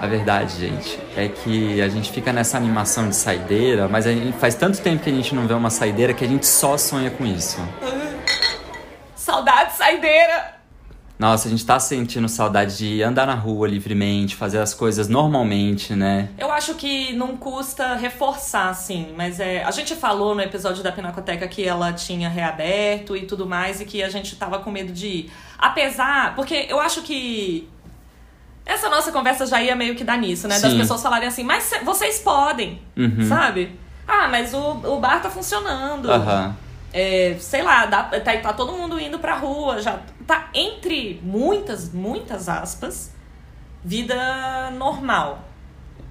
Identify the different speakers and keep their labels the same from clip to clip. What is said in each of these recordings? Speaker 1: A verdade, gente, é que a gente fica nessa animação de saideira, mas a gente, faz tanto tempo que a gente não vê uma saideira que a gente só sonha com isso.
Speaker 2: Saudade saideira!
Speaker 1: Nossa, a gente tá sentindo saudade de andar na rua livremente, fazer as coisas normalmente, né?
Speaker 2: Eu acho que não custa reforçar, assim, mas é. A gente falou no episódio da Pinacoteca que ela tinha reaberto e tudo mais, e que a gente tava com medo de ir. Apesar. Porque eu acho que. Essa nossa conversa já ia meio que dar nisso, né? Das
Speaker 1: Sim.
Speaker 2: pessoas falarem assim, mas cê- vocês podem,
Speaker 1: Uhum.
Speaker 2: sabe? Ah, mas o, o bar tá funcionando.
Speaker 1: Aham.
Speaker 2: É, sei lá, dá- tá, tá todo mundo indo pra rua, já tá entre muitas, muitas aspas, vida normal.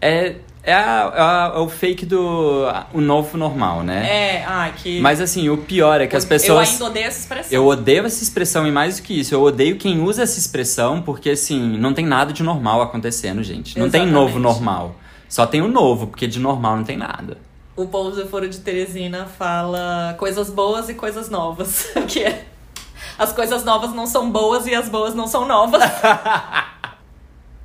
Speaker 1: É, é, a- a- é o fake do. o novo normal, né?
Speaker 2: É, ai, que.
Speaker 1: Mas assim, o pior é que as
Speaker 2: Eu
Speaker 1: pessoas.
Speaker 2: ainda odeio essa expressão.
Speaker 1: Eu odeio essa expressão e mais do que isso, eu odeio quem usa essa expressão porque, assim, não tem nada de normal acontecendo, gente. Não tem novo
Speaker 2: Exatamente.
Speaker 1: normal. Só tem o novo, porque de normal não tem nada.
Speaker 2: O povo do Foro de Teresina fala coisas boas e coisas novas. Que é. As coisas novas não são boas e as boas não são novas.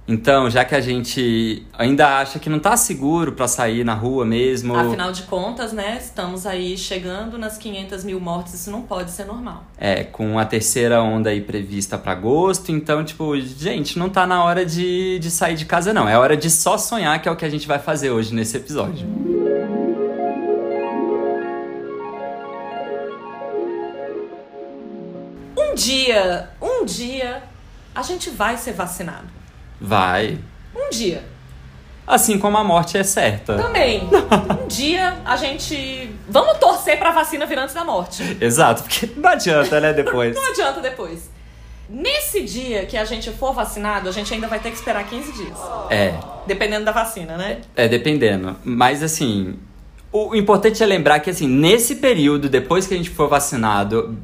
Speaker 1: Então, já que a gente ainda acha que não tá seguro pra sair na rua mesmo.
Speaker 2: Afinal de contas, né? Estamos aí chegando nas 500 mil mortes, isso não pode ser normal.
Speaker 1: É, com a terceira onda aí prevista pra agosto, então, tipo, gente, não tá na hora de, de sair de casa, não. É hora de só sonhar, que é o que a gente vai fazer hoje nesse episódio.
Speaker 2: Um dia, um dia, a gente vai ser vacinado.
Speaker 1: Vai.
Speaker 2: Um dia.
Speaker 1: Assim como a morte é certa.
Speaker 2: Também. Um dia a gente. Vamos torcer pra vacina vir antes da morte.
Speaker 1: Exato, porque não adianta, né, depois.
Speaker 2: Não adianta depois. Nesse dia que a gente for vacinado, a gente ainda vai ter que esperar 15 dias.
Speaker 1: É,
Speaker 2: Dependendo da vacina, né?
Speaker 1: É, dependendo. Mas assim, o o importante é lembrar que assim, nesse período, depois que a gente for vacinado,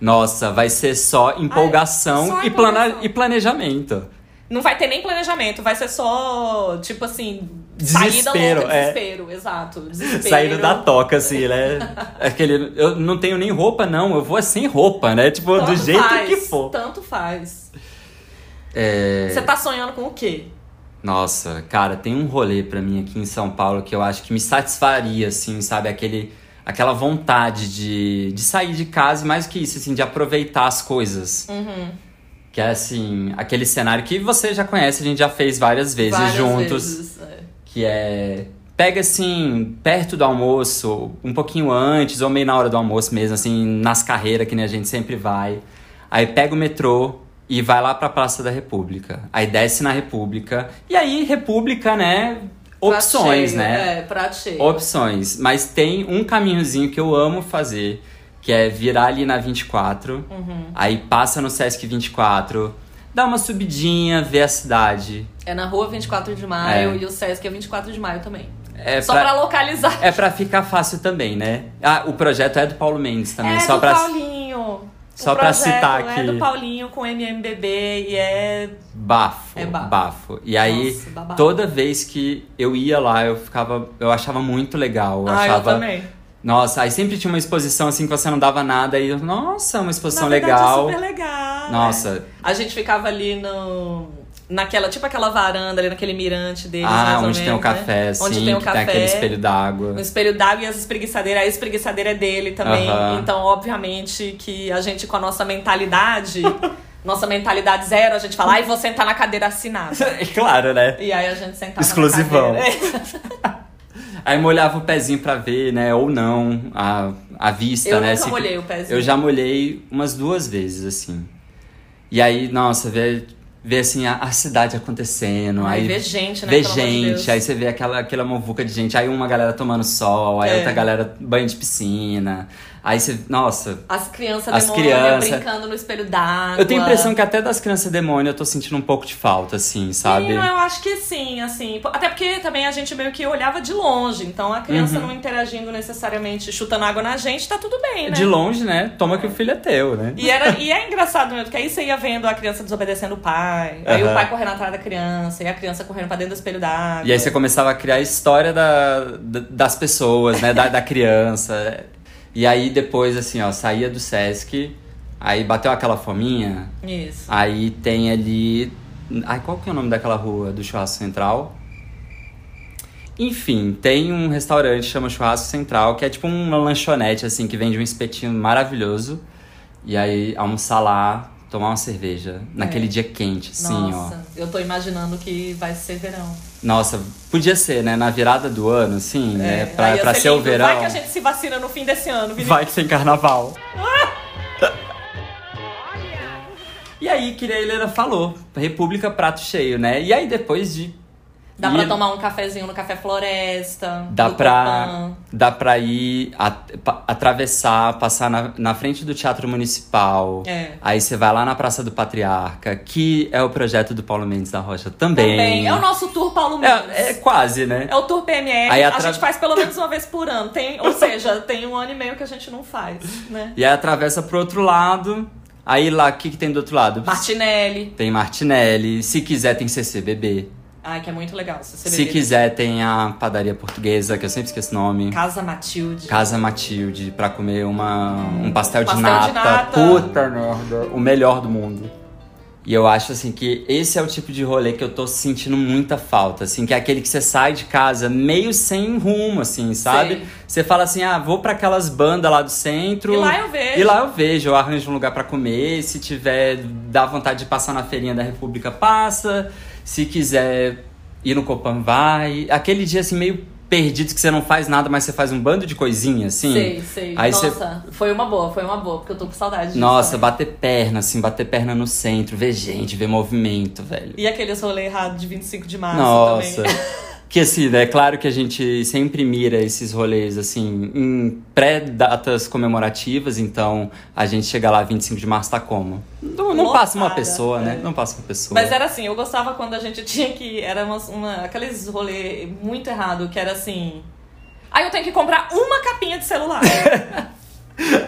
Speaker 1: nossa, vai ser só empolgação,
Speaker 2: só
Speaker 1: e, plana-
Speaker 2: empolgação.
Speaker 1: e planejamento.
Speaker 2: Não vai ter nem planejamento, vai ser só, tipo assim, saída
Speaker 1: Desespero,
Speaker 2: louca,
Speaker 1: é.
Speaker 2: desespero, exato. Desespero.
Speaker 1: Saindo da toca, assim, né? Aquele. Eu não tenho nem roupa, não. Eu vou sem roupa, né? Tipo, do
Speaker 2: Tanto
Speaker 1: jeito
Speaker 2: faz,
Speaker 1: que for.
Speaker 2: Tanto faz.
Speaker 1: É,
Speaker 2: Você tá sonhando com o quê?
Speaker 1: Nossa, cara, tem um rolê pra mim aqui em São Paulo que eu acho que me satisfaria, assim, sabe? Aquele, aquela vontade de, de sair de casa e mais que isso, assim, de aproveitar as coisas.
Speaker 2: Uhum.
Speaker 1: Que é, assim, aquele cenário que você já conhece, a gente já fez várias vezes
Speaker 2: Várias
Speaker 1: juntos.
Speaker 2: vezes, é.
Speaker 1: Que é... Pega, assim, perto do almoço, um pouquinho antes ou meio na hora do almoço mesmo, assim, nas carreiras que nem a gente sempre vai. Aí pega o metrô e vai lá pra Praça da República. Aí desce na República. E aí, República, né?
Speaker 2: Prato
Speaker 1: Opções,
Speaker 2: cheio,
Speaker 1: né?
Speaker 2: É, prato cheio.
Speaker 1: Opções. Mas tem um caminhozinho que eu amo fazer, que é virar ali na 24.
Speaker 2: Uhum.
Speaker 1: Aí passa no Sesc 24, dá uma subidinha, vê a cidade.
Speaker 2: É na rua 24 de maio
Speaker 1: É.
Speaker 2: e o Sesc é 24 de maio também.
Speaker 1: É
Speaker 2: só pra, localizar.
Speaker 1: É pra ficar fácil também, né? Ah, o projeto é do Paulo Mendes também, só
Speaker 2: do
Speaker 1: pra
Speaker 2: Paulinho.
Speaker 1: só
Speaker 2: o
Speaker 1: pra
Speaker 2: projeto
Speaker 1: citar
Speaker 2: É
Speaker 1: aqui.
Speaker 2: do Paulinho com MMBB e é.
Speaker 1: bafo,
Speaker 2: É bafo.
Speaker 1: bafo. E aí
Speaker 2: Nossa, babado.
Speaker 1: toda vez que eu ia lá, eu ficava, eu achava muito legal, eu
Speaker 2: Ah, eu
Speaker 1: achava.
Speaker 2: também.
Speaker 1: Nossa, aí sempre tinha uma exposição assim que você não dava nada e eu, nossa, uma exposição
Speaker 2: Na verdade,
Speaker 1: legal.
Speaker 2: É super legal.
Speaker 1: Nossa.
Speaker 2: é. A gente ficava ali no. Naquela, tipo aquela varanda ali, naquele mirante deles, mais
Speaker 1: ah,
Speaker 2: ou
Speaker 1: onde tem o
Speaker 2: menos, né?
Speaker 1: café, sim,
Speaker 2: onde tem o
Speaker 1: que
Speaker 2: café,
Speaker 1: tem aquele espelho d'água.
Speaker 2: um espelho d'água e as espreguiçadeiras. A espreguiçadeira é dele também.
Speaker 1: Aham.
Speaker 2: Então, obviamente, que a gente, com a nossa mentalidade, nossa mentalidade zero, a gente fala, ai, vou sentar na cadeira assinada.
Speaker 1: É claro, né?
Speaker 2: E aí a gente sentava
Speaker 1: Exclusivão.
Speaker 2: na cadeira.
Speaker 1: Aí molhava o pezinho pra ver, né? Ou não, a, a vista,
Speaker 2: Eu
Speaker 1: né?
Speaker 2: nunca
Speaker 1: se-
Speaker 2: molhei o pezinho.
Speaker 1: Eu já molhei umas duas vezes, assim. E aí, nossa, ver, ver assim, a, a cidade acontecendo.
Speaker 2: Ai,
Speaker 1: aí
Speaker 2: ver gente, né?
Speaker 1: Vê
Speaker 2: Pelo amor de Deus.
Speaker 1: gente, aí você vê aquela, aquela movuca de gente. Aí uma galera tomando sol, aí
Speaker 2: É.
Speaker 1: outra galera banho de piscina. Aí você, nossa...
Speaker 2: As crianças
Speaker 1: As
Speaker 2: demônio
Speaker 1: crianças.
Speaker 2: brincando no espelho d'água.
Speaker 1: Eu tenho a impressão que até das crianças demônio eu tô sentindo um pouco de falta, assim, sabe?
Speaker 2: Sim, né? eu acho que sim, assim. Até porque também a gente meio que olhava de longe. Então a criança
Speaker 1: Uhum.
Speaker 2: não interagindo necessariamente, chutando água na gente, tá tudo bem, né?
Speaker 1: De longe, né? Toma que o filho é teu, né?
Speaker 2: E, era, e é engraçado mesmo, porque aí você ia vendo a criança desobedecendo o pai, aí
Speaker 1: Aham.
Speaker 2: o pai correndo atrás da criança, e a criança correndo pra dentro do espelho d'água.
Speaker 1: E aí você começava a criar a história da, da- das pessoas, né? Da, da criança. E aí depois, assim, ó, saía do Sesc, aí bateu aquela fominha,
Speaker 2: Isso.
Speaker 1: aí tem ali Ai, qual que é o nome daquela rua do Churrasco Central? Enfim, tem um restaurante que chama Churrasco Central, que é tipo uma lanchonete, assim, que vende um espetinho maravilhoso. E aí almoçar lá, tomar uma cerveja. Naquele dia quente, assim,
Speaker 2: Nossa,
Speaker 1: ó.
Speaker 2: eu tô imaginando que vai ser verão.
Speaker 1: Nossa, podia ser, né? Na virada do ano, assim, né?
Speaker 2: É, aí
Speaker 1: Pra,
Speaker 2: ia
Speaker 1: pra ser, o
Speaker 2: lindo.
Speaker 1: verão.
Speaker 2: Vai que a gente se vacina no fim desse ano, Vinícius.
Speaker 1: Vai que tem carnaval. e aí, que a Helena falou, República Prato Cheio, né? E aí depois de.
Speaker 2: Dá
Speaker 1: ir-
Speaker 2: pra tomar um cafezinho no Café Floresta.
Speaker 1: Dá
Speaker 2: do
Speaker 1: pra,
Speaker 2: Copan.
Speaker 1: dá pra ir at- pa- atravessar, passar na, na frente do Teatro Municipal.
Speaker 2: É.
Speaker 1: Aí você vai lá na Praça do Patriarca, que é o projeto do Paulo Mendes da Rocha também.
Speaker 2: Também. É o nosso tour Paulo Mendes.
Speaker 1: É- é quase, né?
Speaker 2: É o Tour PMR,
Speaker 1: Aí
Speaker 2: a
Speaker 1: atra-
Speaker 2: gente faz pelo menos uma vez por ano. Tem, ou seja, tem um ano e meio que a gente não faz, né?
Speaker 1: E aí atravessa pro outro lado. Aí lá, o que, que tem do outro lado?
Speaker 2: Martinelli.
Speaker 1: Tem Martinelli. Se quiser, tem CCBB.
Speaker 2: Ai, que é muito legal. Se, você
Speaker 1: Se
Speaker 2: beber.
Speaker 1: quiser, tem a padaria portuguesa, que eu sempre esqueço o nome.
Speaker 2: Casa Matilde.
Speaker 1: Casa Matilde, pra comer uma, um pastel, de,
Speaker 2: Pastel
Speaker 1: nata.
Speaker 2: de nata.
Speaker 1: Puta merda. O melhor do mundo. E eu acho, assim, que esse é o tipo de rolê que eu tô sentindo muita falta, assim. Que é aquele que você sai de casa meio sem rumo, assim, sabe?
Speaker 2: Sei.
Speaker 1: Você fala assim, ah, vou pra aquelas bandas lá do centro.
Speaker 2: E lá é eu vejo.
Speaker 1: E lá eu vejo, eu arranjo um lugar pra comer, se tiver, dá vontade de passar na feirinha da República, passa. Se quiser ir no Copan, vai. Aquele dia assim meio perdido que você não faz nada, mas você faz um bando de coisinha assim.
Speaker 2: Sei, sei.
Speaker 1: Aí você-
Speaker 2: Nossa, foi uma boa, foi uma boa, porque eu tô com saudade disso.
Speaker 1: Nossa,
Speaker 2: né?
Speaker 1: bater perna assim, bater perna no centro, ver gente, ver movimento, velho.
Speaker 2: E aqueles rolê errado de 25 de março
Speaker 1: Nossa.
Speaker 2: também.
Speaker 1: Que assim, né? É claro que a gente sempre mira esses rolês, assim, em pré-datas comemorativas, então a gente chega lá 25 de março, tá como? Não, não passa uma
Speaker 2: Lotada,
Speaker 1: pessoa, né?
Speaker 2: é.
Speaker 1: Não passa uma pessoa.
Speaker 2: Mas era assim, eu gostava quando a gente tinha que. Era umas- uma, aqueles rolê muito errado, que era assim. Aí eu tenho que comprar uma capinha de celular.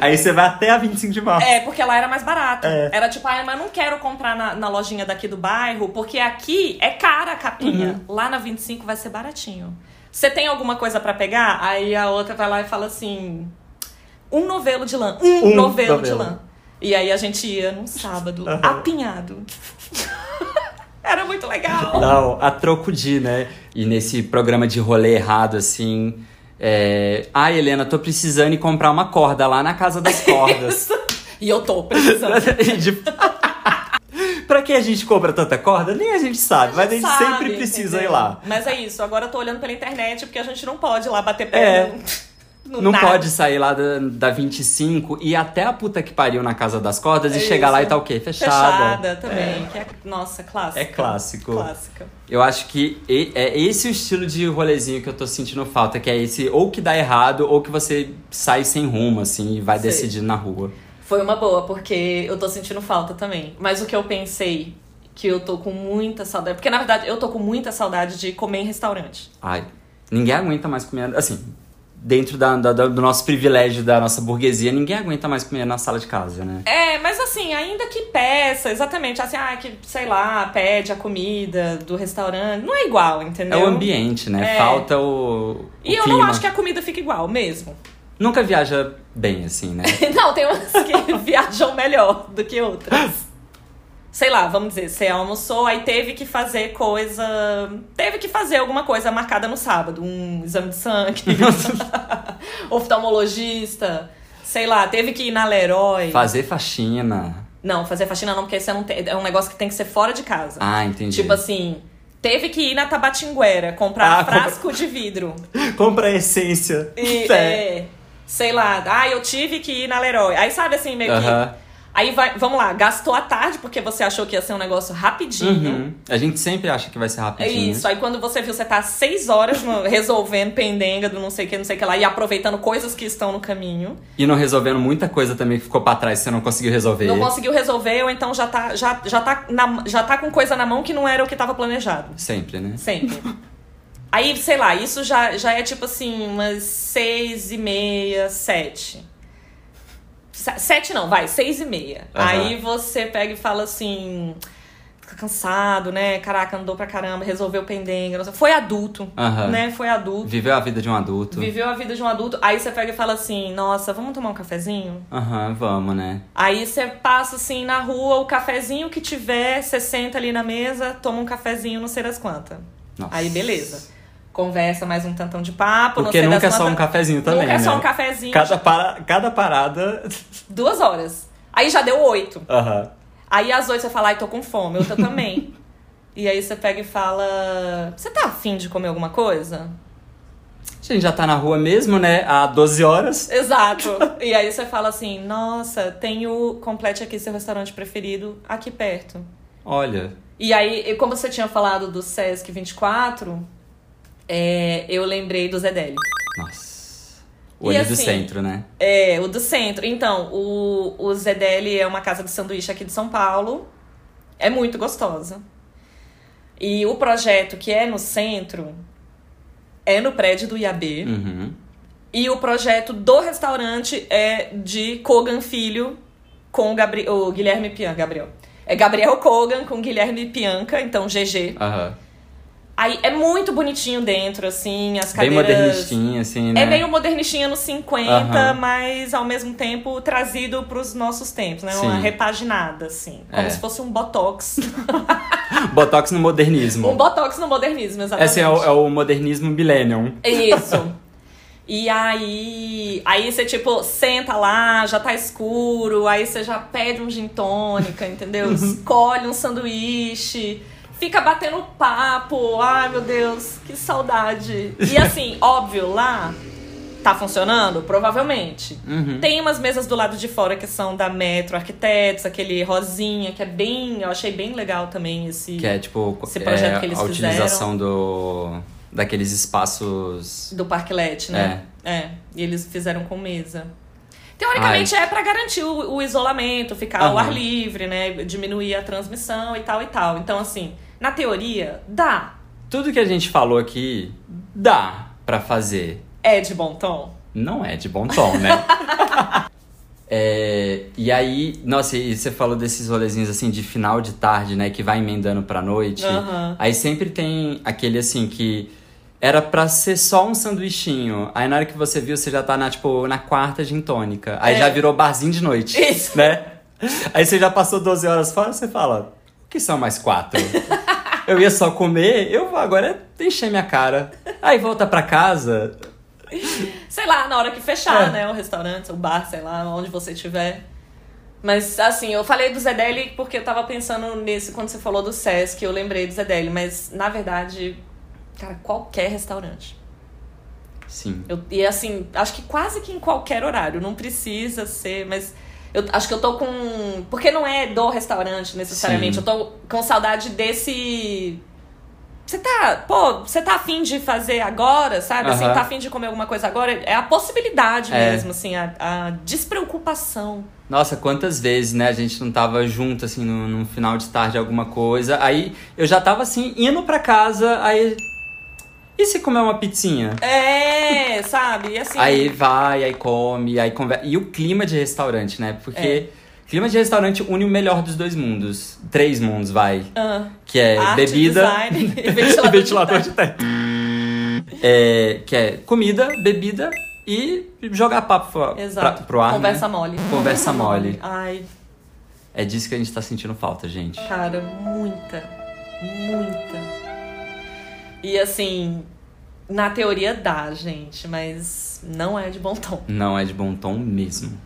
Speaker 1: Aí você vai até a 25 de março.
Speaker 2: É, porque lá era mais barato.
Speaker 1: É.
Speaker 2: Era tipo, ah, mas eu não quero comprar na, na lojinha daqui do bairro, porque aqui é cara a capinha.
Speaker 1: Uhum.
Speaker 2: Lá na 25 vai ser baratinho. Você tem alguma coisa pra pegar? Aí a outra vai lá e fala assim: um novelo de lã. Um,
Speaker 1: Um
Speaker 2: novelo, de
Speaker 1: novelo.
Speaker 2: lã. E aí a gente ia num sábado, apinhado. era muito legal.
Speaker 1: Não, a troco de, né? E nesse programa de rolê errado, assim. É... Ah, Helena, tô precisando ir comprar uma corda lá na casa das cordas.
Speaker 2: E eu tô precisando.
Speaker 1: E de- pra que a gente compra tanta corda? Nem a gente sabe, mas a gente
Speaker 2: Sabe,
Speaker 1: sempre precisa
Speaker 2: entendeu?
Speaker 1: ir lá.
Speaker 2: Mas é isso, agora eu tô olhando pela internet porque a gente não pode ir lá bater
Speaker 1: É.
Speaker 2: perna. no- no
Speaker 1: Não
Speaker 2: nada.
Speaker 1: pode sair lá da, da 25 e ir até a puta que pariu na casa das cordas
Speaker 2: É
Speaker 1: e chegar lá
Speaker 2: isso.
Speaker 1: e tá o quê? Fechada.
Speaker 2: Fechada também, que é, nossa, clássica.
Speaker 1: É clássico.
Speaker 2: Clássica.
Speaker 1: Eu acho que e- é esse o estilo de rolezinho que eu tô sentindo falta, que é esse ou que dá errado ou que você sai sem rumo, assim, e vai
Speaker 2: Sei.
Speaker 1: decidindo na rua.
Speaker 2: Foi uma boa, porque eu tô sentindo falta também. Mas o que eu pensei que eu tô com muita saudade, porque na verdade eu tô com muita saudade de comer em restaurante.
Speaker 1: Ai, ninguém aguenta mais comer, assim, dentro da, da- da- do nosso privilégio, da nossa burguesia, ninguém aguenta mais comer na sala de casa, né?
Speaker 2: É, mas assim, ainda que peça, exatamente, assim, ah, que, sei lá, pede a comida do restaurante, não é igual,
Speaker 1: É
Speaker 2: entendeu?
Speaker 1: o ambiente, né?
Speaker 2: É.
Speaker 1: Falta o, o
Speaker 2: E eu
Speaker 1: clima.
Speaker 2: não acho que é- a comida fica igual mesmo.
Speaker 1: Nunca viaja bem, assim, né?
Speaker 2: Não, tem umas que viajam melhor do que outras. Sei lá, vamos dizer, você almoçou, aí teve que fazer coisa. Teve que fazer alguma coisa marcada no sábado. Um exame de sangue. oftalmologista. Sei lá, teve que ir na Leroy.
Speaker 1: Fazer faxina.
Speaker 2: Não, fazer faxina não, porque isso é um, te- é um negócio que tem que ser fora de casa.
Speaker 1: Ah, entendi.
Speaker 2: Tipo assim, teve que ir na Tabatinguera comprar
Speaker 1: Ah, compra-
Speaker 2: frasco de vidro.
Speaker 1: compra a essência.
Speaker 2: E, é, sei lá, ah, eu tive que ir na Leroy. Aí sabe assim, meio
Speaker 1: Aham.
Speaker 2: que. Aí vai, vamos lá, gastou a tarde porque você achou que ia ser um negócio rapidinho.
Speaker 1: Uhum. A gente sempre acha que vai ser
Speaker 2: É
Speaker 1: rapidinho.
Speaker 2: isso. Aí quando você viu, você tá seis horas no- resolvendo pendenga do não sei o que, não sei o que lá, e aproveitando coisas que estão no caminho.
Speaker 1: E não resolvendo muita coisa também que ficou pra trás, você não conseguiu resolver.
Speaker 2: Não conseguiu resolver, ou então já tá, já, já, tá na- já tá com coisa na mão que não era o que tava planejado.
Speaker 1: Sempre, né?
Speaker 2: Sempre. Aí, sei lá, isso já, já é tipo assim, umas seis e meia, sete. Se- Sete não, vai, seis e meia.
Speaker 1: Aham.
Speaker 2: Aí você pega e fala assim. cansado, né? Caraca, andou pra caramba, resolveu pendenga. não sei. Foi adulto,
Speaker 1: Aham.
Speaker 2: né? Foi adulto.
Speaker 1: Viveu a vida de um adulto.
Speaker 2: Viveu a vida de um adulto. Aí você pega e fala assim: nossa, vamos tomar um cafezinho?
Speaker 1: Aham, vamos, né?
Speaker 2: Aí você passa assim na rua, o cafezinho que tiver, você senta ali na mesa, toma um cafezinho, não sei das quantas.
Speaker 1: Nossa.
Speaker 2: Aí beleza. Conversa mais um tantão de papo,
Speaker 1: Porque
Speaker 2: não sei
Speaker 1: nunca é
Speaker 2: das
Speaker 1: só um
Speaker 2: quantas.
Speaker 1: cafezinho também,
Speaker 2: Nunca é só um
Speaker 1: né?
Speaker 2: cafezinho,
Speaker 1: Cada, para... Cada parada.
Speaker 2: duas horas. Aí já deu oito.
Speaker 1: Aham.
Speaker 2: Aí às oito você fala, ai, tô com fome, eu tô também. e aí você pega e fala, você tá afim de comer alguma coisa?
Speaker 1: A gente já tá na rua mesmo, né? Há 12 horas.
Speaker 2: Exato. e aí você fala assim, nossa, tem o Complete aqui, seu restaurante preferido, aqui perto.
Speaker 1: Olha.
Speaker 2: E aí, e como você tinha falado do Sesc 24, é, eu lembrei do Zedeli.
Speaker 1: Nossa.
Speaker 2: E
Speaker 1: O olho do
Speaker 2: assim,
Speaker 1: centro, né?
Speaker 2: É, o do centro. Então, o, o Zedeli é uma casa de sanduíche aqui de São Paulo. É muito gostosa. E o projeto que é no centro é no prédio do IAB.
Speaker 1: Uhum.
Speaker 2: E o projeto do restaurante é de Kogan Filho com o, Gabri o Guilherme Pian, Gabriel. É Gabriel Kogan com Guilherme Pianca, então GG.
Speaker 1: Aham.
Speaker 2: Aí é muito bonitinho dentro, assim, as
Speaker 1: Bem
Speaker 2: cadeiras.
Speaker 1: modernistinha, assim, né?
Speaker 2: É meio modernistinha nos 50,
Speaker 1: Aham.
Speaker 2: mas ao mesmo tempo trazido pros nossos tempos, né? Uma
Speaker 1: Sim.
Speaker 2: repaginada, assim. Como
Speaker 1: É.
Speaker 2: se fosse um botox.
Speaker 1: Ah, Botox no modernismo.
Speaker 2: um botox no modernismo, exatamente.
Speaker 1: Esse é o, é o modernismo millennium.
Speaker 2: É Isso. E aí, aí você tipo senta lá, já tá escuro, aí você já pede um gin tônica,
Speaker 1: Uhum.
Speaker 2: entendeu? Escolhe um sanduíche, fica batendo papo. Ai, meu Deus, que saudade. E assim, óbvio, lá tá funcionando, provavelmente.
Speaker 1: Uhum.
Speaker 2: Tem umas mesas do lado de fora que são da Metro Arquitetos, aquele rosinha que é bem, eu achei bem legal também esse
Speaker 1: Que é tipo
Speaker 2: Esse projeto
Speaker 1: é,
Speaker 2: que eles
Speaker 1: a utilização do daqueles espaços.
Speaker 2: Do parquelete, né? É. E eles fizeram com mesa. Teoricamente é pra garantir o, o isolamento, ficar ao
Speaker 1: Aham.
Speaker 2: ar livre, né? Diminuir a transmissão e tal e tal. Então, assim, na teoria, dá.
Speaker 1: Tudo que a gente falou aqui dá pra fazer.
Speaker 2: É de bom tom.
Speaker 1: Não é de bom tom, né? É, e aí, nossa, e você falou desses rolezinhos assim de final de tarde, né? Que vai emendando pra noite.
Speaker 2: Aham.
Speaker 1: Aí sempre tem aquele assim que era pra ser só um sanduichinho. Aí na hora que você viu, você já tá na, tipo, na quarta gin tônica. Aí
Speaker 2: É.
Speaker 1: já virou barzinho de noite.
Speaker 2: Isso.
Speaker 1: Né? Aí você já passou 12 horas fora, você fala, o que são mais quatro? eu ia só comer, eu vou agora é encher minha cara. Aí volta pra casa.
Speaker 2: Sei lá, na hora que fechar,
Speaker 1: É.
Speaker 2: né? O restaurante, o bar, sei lá, onde você estiver. Mas, assim, eu falei do Zedeli porque eu tava pensando nesse, quando você falou do Sesc, eu lembrei do Zedeli. Mas, na verdade, cara, qualquer restaurante.
Speaker 1: Sim.
Speaker 2: Eu- e assim, acho que quase que em qualquer horário, não precisa ser, mas eu acho que eu tô com. Porque não é do restaurante necessariamente,
Speaker 1: Sim.
Speaker 2: eu tô com saudade desse. Você tá, pô, você tá afim de fazer agora, sabe? Assim,
Speaker 1: Aham.
Speaker 2: tá afim de comer alguma coisa agora? É a possibilidade
Speaker 1: É.
Speaker 2: mesmo, assim, a, a despreocupação.
Speaker 1: Nossa, quantas vezes, né? A gente não tava junto, assim, no, num final de tarde, alguma coisa. Aí eu já tava, assim, indo pra casa, aí. E se comer uma pizzinha?
Speaker 2: É, sabe? E assim.
Speaker 1: Aí vai, aí come, aí conversa. E o clima de restaurante, né? Porque
Speaker 2: É.
Speaker 1: clima de restaurante une o melhor dos dois mundos. Três mundos, vai.
Speaker 2: ah,
Speaker 1: Que é
Speaker 2: arte,
Speaker 1: bebida.
Speaker 2: design e ventilador. de
Speaker 1: ventilador de teto. É, que é comida, bebida e jogar papo pra-
Speaker 2: teto. Exato.
Speaker 1: pra- pro ar. né?
Speaker 2: Conversa mole.
Speaker 1: Conversa mole.
Speaker 2: Ai,
Speaker 1: É disso que a gente tá sentindo falta, gente.
Speaker 2: Cara, muita. Muita. E assim, na teoria dá, gente, mas não é de bom tom.
Speaker 1: Não é de bom tom mesmo.